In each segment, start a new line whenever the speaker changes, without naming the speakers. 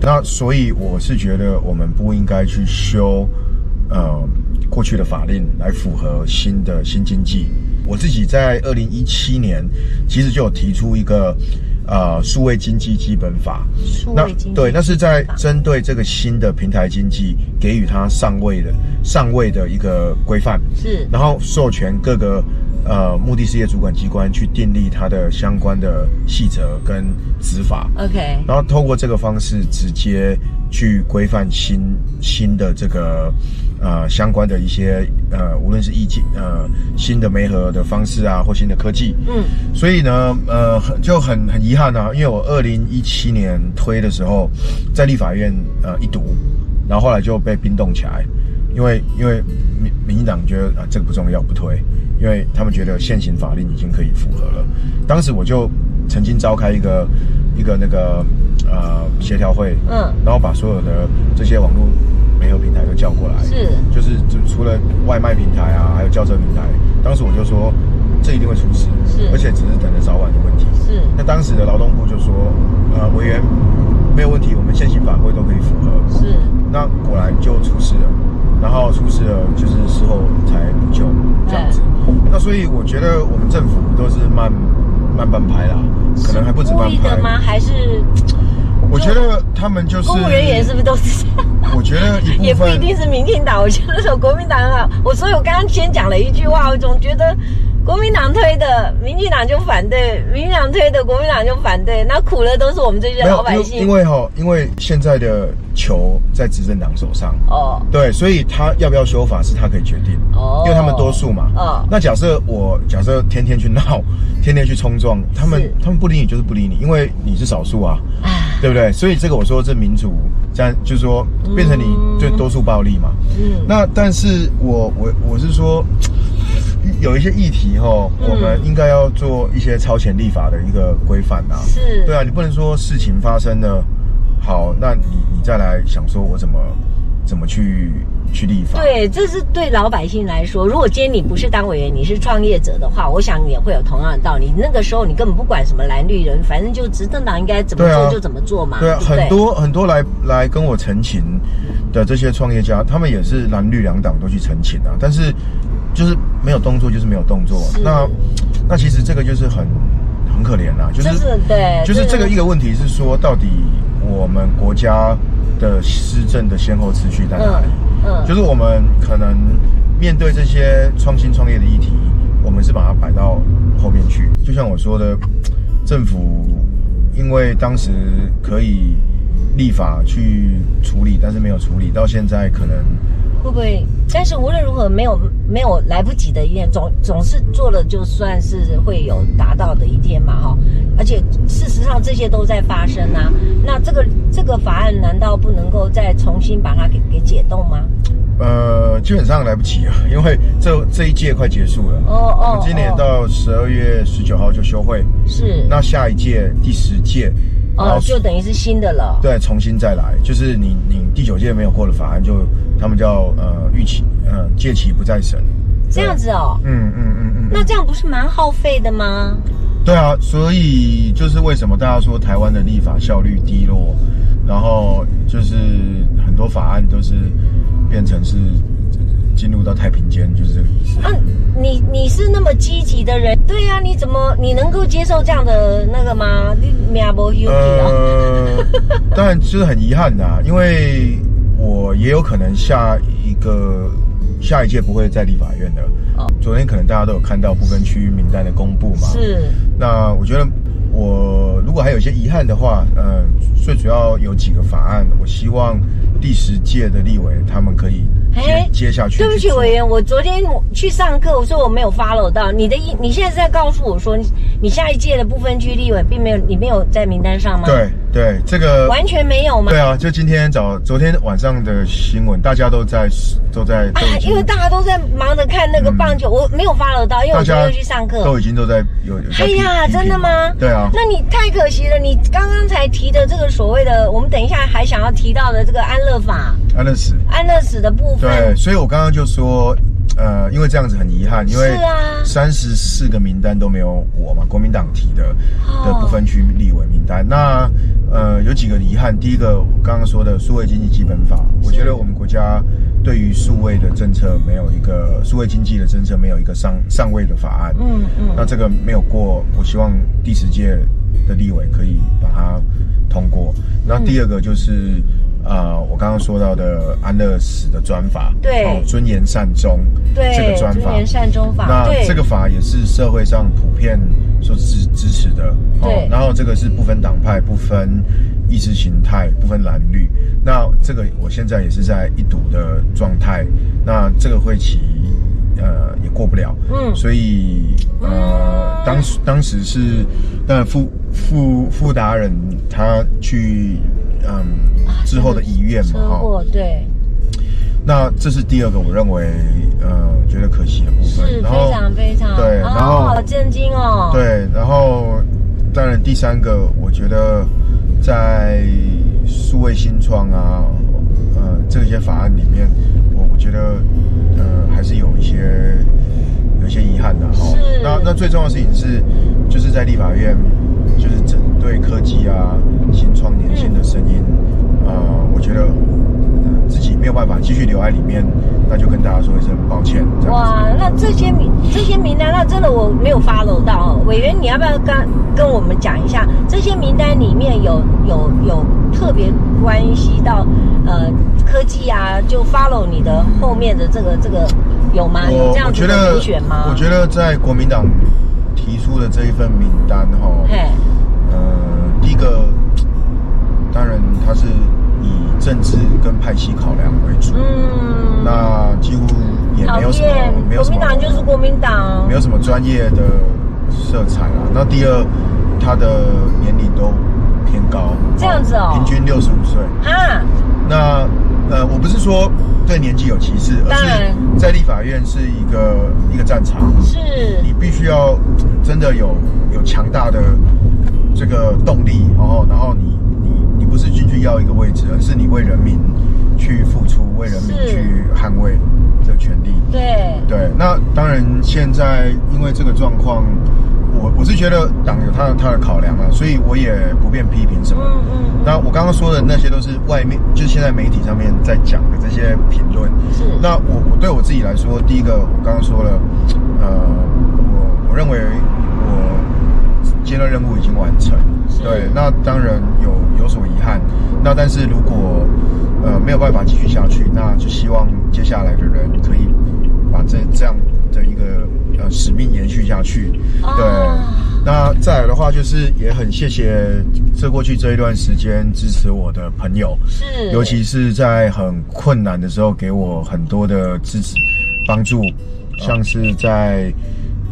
那所以我是觉得我们不应该去修，呃，过去的法令来符合新的新经济。我自己在二零一七年其实就有提出一个呃数位经济基本法，
数
那
位经济
对，那是在
法
针对这个新的平台经济给予它上位的上位的一个规范。
是
然后授权各个呃目的事业主管机关去订立它的相关的细则跟执法，
OK，
然后透过这个方式直接去规范新新的这个呃相关的一些呃无论是意境呃新的媒合的方式啊或新的科技，
嗯，
所以呢呃很就很很遗憾啊，因为我二零一七年推的时候在立法院呃一读，然后后来就被冰冻起来。因为因为民民进党觉得啊这个不重要不推，因为他们觉得现行法令已经可以符合了。当时我就曾经召开一个一个那个呃协调会，
嗯
然后把所有的这些网络媒合平台都叫过来，
是
就是就除了外卖平台啊，还有轿车平台，当时我就说这一定会出事，
是
而且只是等着早晚的问题。
是
那当时的劳动部就说，呃，委员没有问题，我们现行法规都可以符合。
是
那果然就出事了，然后出事了就是事后才补救这样子。那所以我觉得我们政府都是慢慢半拍啦，可能还不止
故
半
意的吗？
拍。
还是
我觉得他们就是
公务人员是不是都是这样？
我觉得一
也
部
不一
分
定是民进党，我 觉得说国民党很好。我所以，我刚刚先讲了一句话，我总觉得国民党推的，民进党就反对；民进党推的，国民党就反对。那苦的都是我们这些
没
老
有，
百
因为
姓
因。为哈，因为现在的球在执政党手上，
哦，
对，所以他要不要修法是他可以决定，
哦
因为他们多数嘛。
哦
那假设我假设天天去 闹，天天去冲撞，他们
是
他们不理你就是不理你，因为你是少数啊，
唉
对不对？所以这个我说这民主，这样就是说变成你对多数暴力嘛。
嗯，
那但是我我我是说，有一些议题哈、
嗯
我们应该要做一些超前立法的一个规范啊。
是，
对啊，你不能说事情发生了，好，那你你再来想说我怎么怎么去去立法。
对，啊这是对老百姓来说，如果今天你不是当委员，你是创业者的话，我想你也会有同样的道理。那个时候你根本不管什么蓝绿人，反正就执政党应该怎么
对啊
做就怎么做嘛，
对啊，
不对？
很多很多来来跟我澄清的这些创业家，他们也是蓝绿两党都去澄清啊，但是就是没有动作，就是没有动作啊
是。
那那其实这个就是很很可怜啦、就是
这是对，
就是这个一个问题是说，到底我们国家的施政的先后次序在哪
嗯
里？
嗯，
就是我们可能面对这些创新创业的议题，我们是把它摆到后面去。就像我说的，政府因为当时可以立法去处理，但是没有处理，到现在可能
会不会？但是无论如何，没有没有来不及的一天，总总是做了，就算是会有达到的一天嘛，哈。而且事实上，这些都在发生啊。那这个这个法案难道不能够再重新把它给给解冻吗？
呃基本上来不及了，因为这这一届快结束了。
哦哦
我们今年
哦
到十二月十九号就休会，
是
那下一届第十届，然
哦
后，
就等于是新的了。
对，重新再来，就是你你第九届没有过的法案就，他们叫呃预期呃借期不再审，
这样子哦，
嗯嗯嗯嗯，
那这样不是蛮耗费的吗？
对啊，所以就是为什么大家说台湾的立法效率低落，然后就是很多法案都是变成是进入到太平间，就是这个意思。
啊，你你是那么积极的人，对呀、你怎么你能够接受这样的那个吗？你命不休哦。
呃， 当然就是很遗憾的、因为我也有可能下一个下一届不会在立法院了。
哦
昨天可能大家都有看到部分区域名单的公布嘛。。
是
那我觉得我如果还有一些遗憾的话，呃，最主要有几个法案，我希望第十届的立委他们可以接
哎
接下去去做。
对不起，委员，我昨天去上课，我说我没有 follow 到你的意，你现在是在告诉我说你你下一届的部分区立委并没有，你没有在名单上吗？，
对对，这个
完全没有吗
对？啊，就今天早昨天晚上的新闻，大家都在都在
啊
都已，经
因为大家都在忙着看那个棒球，我没有 follow 到，因
嗯
为
大
我昨
家
天去上课。
都已经都在有有在
哎
批。
呀，
批评
真的吗？
对啊，
那你太可惜了。你刚刚才提的这个所谓的，我们等一下还想要提到的这个安乐法、
安乐死。
安乐死的部
对，
分，
所以我刚刚就说，呃，因为这样子很遗憾，因为
是啊
三十四个名单都没有我嘛，国民党提的
哦
的不分区立委名单。那呃，有几个遗憾。第一个，我刚刚说的数位经济基本法，我觉得我们国家对于数位的政策没有一个数位经济的政策没有一个上上位的法案。
嗯嗯
那这个没有过，我希望第十届的立委可以把它通过。那第二个就是，呃，我刚刚说到的安乐死的专法，
对
哦尊严善终，
对，
这个专法，
年善终法，
那
对，
这个法也是社会上普遍所支支持的，哦
对
然后这个是不分党派、不分意识形态、不分蓝绿。那这个我现在也是在一读的状态，那这个会期呃也过不了，
嗯
所以呃当时当时是，但傅傅傅达人他去嗯之后的遗愿嘛，
啊车
哈、
祸，对，
那这是第二个，我认为呃觉得可惜的部分，
是
然后
非常非常，
对
哦
然后
好震惊哦，，
对，然后当然第三个，我觉得在数位新创啊，呃，这些法案里面，我我觉得呃还是有一些有一些遗憾的、哦
是。
那那最重要的事情是，就是在立法院，就是针对科技啊、新创年轻的声音，呃，我觉得。呃自己没有办法继续留在里面，那就跟大家说一声抱歉。这样子
哇，那这些名这些名单，那真的我没有 follow 到、哦。委员，你要不要跟跟我们讲一下，这些名单里面有有有特别关系到呃科技啊，就 follow 你的后面的这个这个有吗？啊有这
我
样
我
子
觉
的
得
人选吗？
我觉得在国民党提出的这一份名单哈，
嘿，
呃，第一个当然它是以政治跟派系考量为主，
嗯，
那几乎也
讨
没有什么
厌，
没有
国
什
民
么
党就是国民党，
没有什么专业的色彩啦。那第二，他的年龄都偏高，
这样子哦
平均六十五岁。
啊，
那呃，我不是说对年纪有歧视，而
当然
是在立法院是一个一个战场，
是
你必须要真的有有强大的这个动力，然后然后你你你不是进去要一个位置，而是你为人民去付出，为人民
是
去捍卫这个权利。
对，
对，那当然现在因为这个状况，我我是觉得党有他的他的考量啊，所以我也不便批评什么。
嗯嗯，
那我刚刚说的那些都是外面，就是现在媒体上面在讲的这些评论。
是
那我我对我自己来说，第一个我刚刚说了，呃，我我认为我接任任务已经完成
是，
对，那当然有有所遗憾，那但是如果呃没有办法继续下去，那就希望接下来的人可以把这这样的一个呃使命延续下去，对。
啊
那再来的话，就是也很谢谢这过去这一段时间支持我的朋友，
是，
尤其是在很困难的时候给我很多的支持帮助，
哦
像是在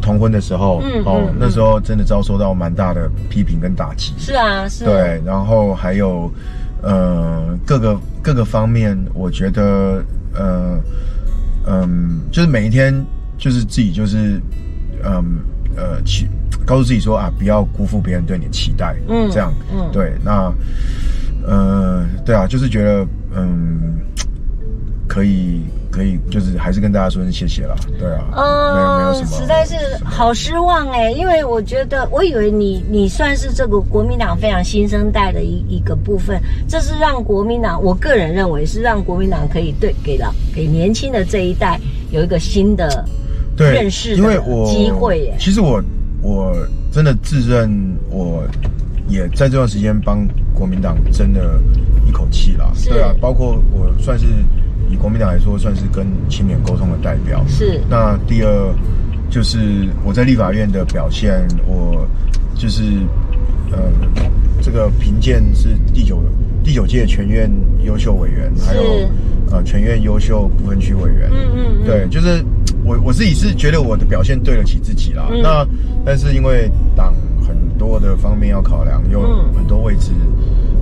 同婚的时候，
嗯
哦，
嗯
那时候真的遭受到蛮大的批评跟打击，
是啊是，
对，然后还有呃各个各个方面，我觉得呃嗯、就是每一天就是自己就是嗯呃去告诉自己说啊，不要辜负别人对你的期待，
嗯
这样，
嗯
对，那呃对啊，就是觉得嗯可以可以，就是还是跟大家说声谢谢啦，对啊，没有没有什么，
嗯呃实在是好失望哎、因为我觉得我以为你你算是这个国民党非常新生代的一一个部分，这是让国民党，我个人认为是让国民党可以对给了给年轻的这一代有一个新的
对，
认识的
因为我
机会耶
其实我我真的自认我也在这段时间帮国民党争了一口气啦。
是
对啊，包括我算是以国民党来说，算是跟青年沟通的代表。
是
那第二就是我在立法院的表现，我就是呃，这个评鉴是第九第九届全院优秀委员，还有
是
呃全院优秀不分区委员。
嗯嗯嗯
对，就是我我自己是觉得我的表现对得起自己啦。
嗯
那但是因为党很多的方面要考量，又
嗯
很多位置、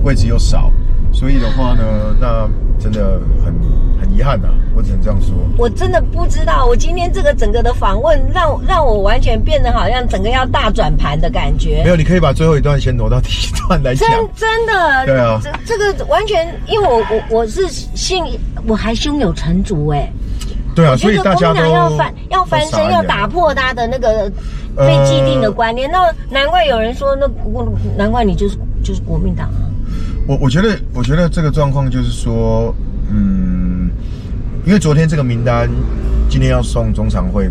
位置又少，所以的话呢，那真的很很遗憾呐、我只能这样说。
我真的不知道，我今天这个整个的访问让让我完全变得好像整个要大转盘的感觉
没。有，你可以把最后一段先挪到第一段来
真
讲。
真的，
对啊
这这个完全，因为我我我是信，我还胸有成竹哎、
对啊，
我觉
所以
得
大
国
家
民
都呃
党要翻要翻身，要打
破。
破他的那个被既定的观念。那难怪有人说，那国难怪你就是就是国民党啊，
我我觉得，我觉得这个状况就是说，嗯，因为昨天这个名单今天要送中常会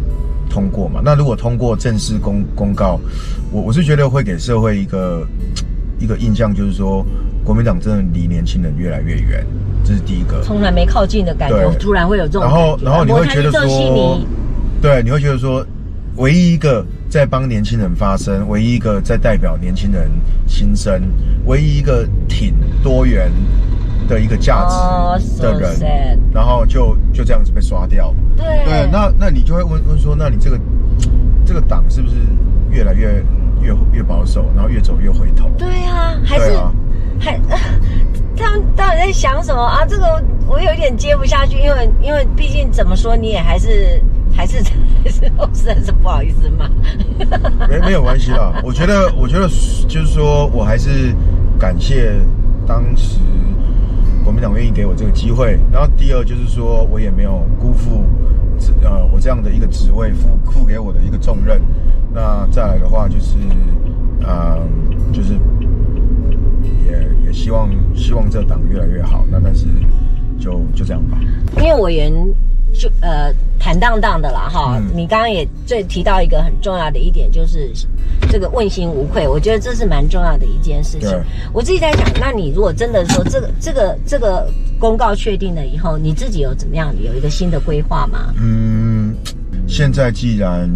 通过嘛，那如果通过正式公公告，我我是觉得会给社会一个一个印象，就是说国民党真的离年轻人越来越远，这是第一个。
从来没靠近的感觉
对，
突然会有这种
然后
感，觉
然后你会觉得
摩擦力就是
说
你，
对，你会觉得说，唯一一个在帮年轻人发声，唯一一个在代表年轻人心声，唯一一个挺多元的一个价
哦
值的人
so sad
然后就就这样子被刷掉。
对
对，那那你就会问问说，那你这个这个党是不是越来越越越保守，然后越走越回头？
对啊，还是、
对啊
还、他们到底在想什么啊？这个我有点接不下去，因为因为毕竟怎么说你也还是还是 还是我实在是 不好意思嘛。
没没有关系啦，我觉得，我觉得就是说我还是感谢当时国民党愿意给我这个机会。然后第二就是说我也没有辜负这呃我这样的一个职位付付给我的一个重任。那再来的话就是，嗯、就是也也希望希望这党越来越好。那但是就就这样吧。
因为我原就呃坦荡荡的啦哈，
嗯
你刚刚也最提到一个很重要的一点，就是这个问心无愧，我觉得这是蛮重要的一件事情
对。
我自己在想，那你如果真的说这个这个这个公告确定了以后，你自己有怎么样有一个新的规划吗？
嗯，现在既然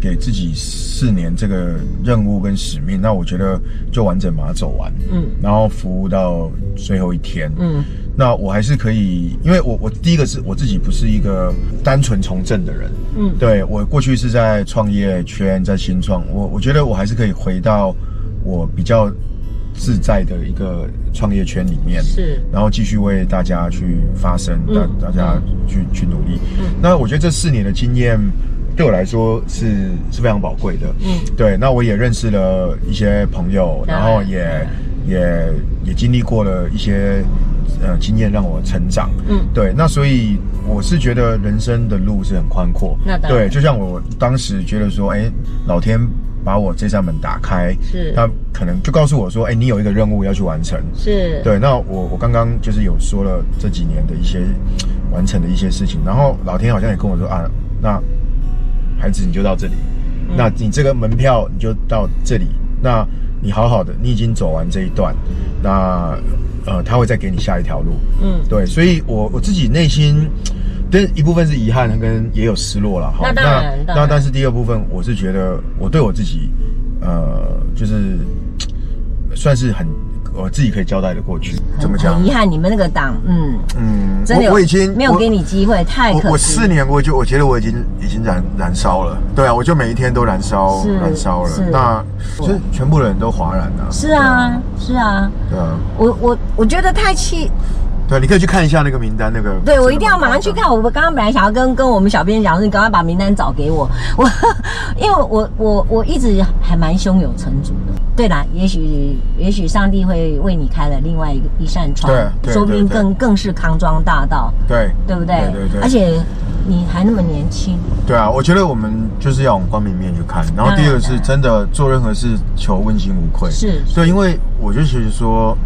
给自己四年这个任务跟使命，那我觉得就完整把它走完，
嗯
然后服务到最后一天。
嗯，
那我还是可以，因为我我第一个是我自己不是一个单纯从政的人，
嗯
对我过去是在创业圈，在新创，我我觉得我还是可以回到我比较自在的一个创业圈里面，
是
然后继续为大家去发声，
嗯
大、大家去、去努力。那我觉得这四年的经验对我来说是是非常宝贵的。
嗯，
对，那我也认识了一些朋友，
当
然
然
后也、
当然
也也经历过了一些呃经验，让我成长。
嗯
对，那所以我是觉得人生的路是很宽阔。
那当然
对，就像我当时觉得说，哎，老天把我这扇门打开，
是
他可能就告诉我说，哎，你有一个任务要去完成。
是，
对，那我我刚刚就是有说了这几年的一些完成的一些事情，然后老天好像也跟我说啊，那孩子你就到这里，那你这个门票你就到这里，那你好好的，你已经走完这一段，那呃他会再给你下一条路，
嗯。
对，所以我我自己内心，但一部分是遗憾跟也有失落了哈。
那当然
那
当然
那但是第二部分，我是觉得我对我自己，呃，就是算是很我自己可以交代的过去。怎么讲
很？遗憾，你们那个党，嗯，
嗯，
真的有
我我已经
没有
我
给你机会，太可惜。
我我四年，我就我觉得我已经已经燃燃烧了，对啊，我就每一天都燃烧
是
燃烧了
是，
那就是全部人都哗然了，
是啊，是啊，
对啊，
我我我觉得太气，
对啊，你可以去看一下那个名单，啊那个
对，我
真的
一定要
蛮夸
马上去
张
看。我刚刚本来想要跟跟我们小编讲说，你赶快把名单找给我。 我因为我我我一直还蛮胸有成竹的。对啦，也许也许上帝会为你开了另外一个一扇窗
对，对
说不定
对对
更更是康庄大道，
对
对不对？
对对对
而且你还那么年轻，
对啊，我觉得我们就是要往光明面去看。然后
当然
第二个
当
是
然
真的做任何事求问心无愧。
是
对，因为我就觉得说，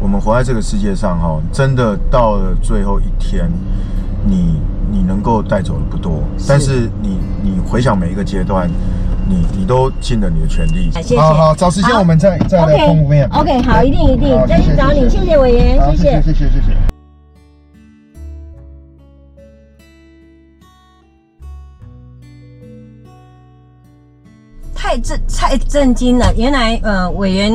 我们活在这个世界上哈、哦，真的到了最后一天，你你能够带走的不多，
是
但是你你回想每一个阶段，你你都尽了你的全力。
哎谢谢
好好，找时间
好
我们再再来碰面。
OK，好，一定一定
好
再去
谢谢
找你，
谢谢
谢谢委员，
好，
谢谢。
谢谢谢谢。
太震太震惊了！原来呃，委员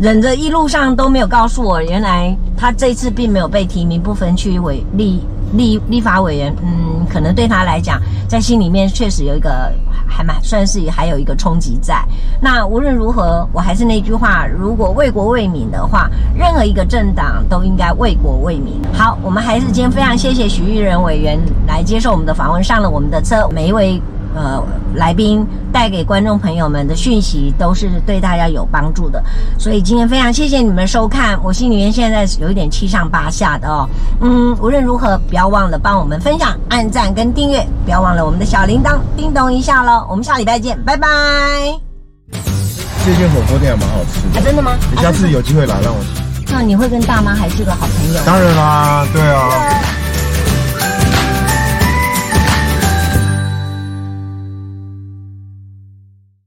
忍着一路上都没有告诉我，原来他这次并没有被提名不分区委立立立法委员。嗯，可能对他来讲，在心里面确实有一个还蛮算是还有一个冲击在。那无论如何，我还是那句话，如果为国为民的话，任何一个政党都应该为国为民。好，我们还是今天非常谢谢许玉仁委员来接受我们的访问，上了我们的车，每一位。呃来宾带给观众朋友们的讯息都是对大家有帮助的。所以今天非常谢谢你们收看，我心里面现在是有一点七上八下的哦。嗯，无论如何不要忘了帮我们分享、按赞跟订阅，不要忘了我们的小铃铛叮咚一下喽。我们下礼拜见，拜拜。
这间火锅店还蛮好吃
啊，
的，
真的吗？啊
你下次有机会来让我
那你会跟大妈还是个好朋友？
当然啦，对啊，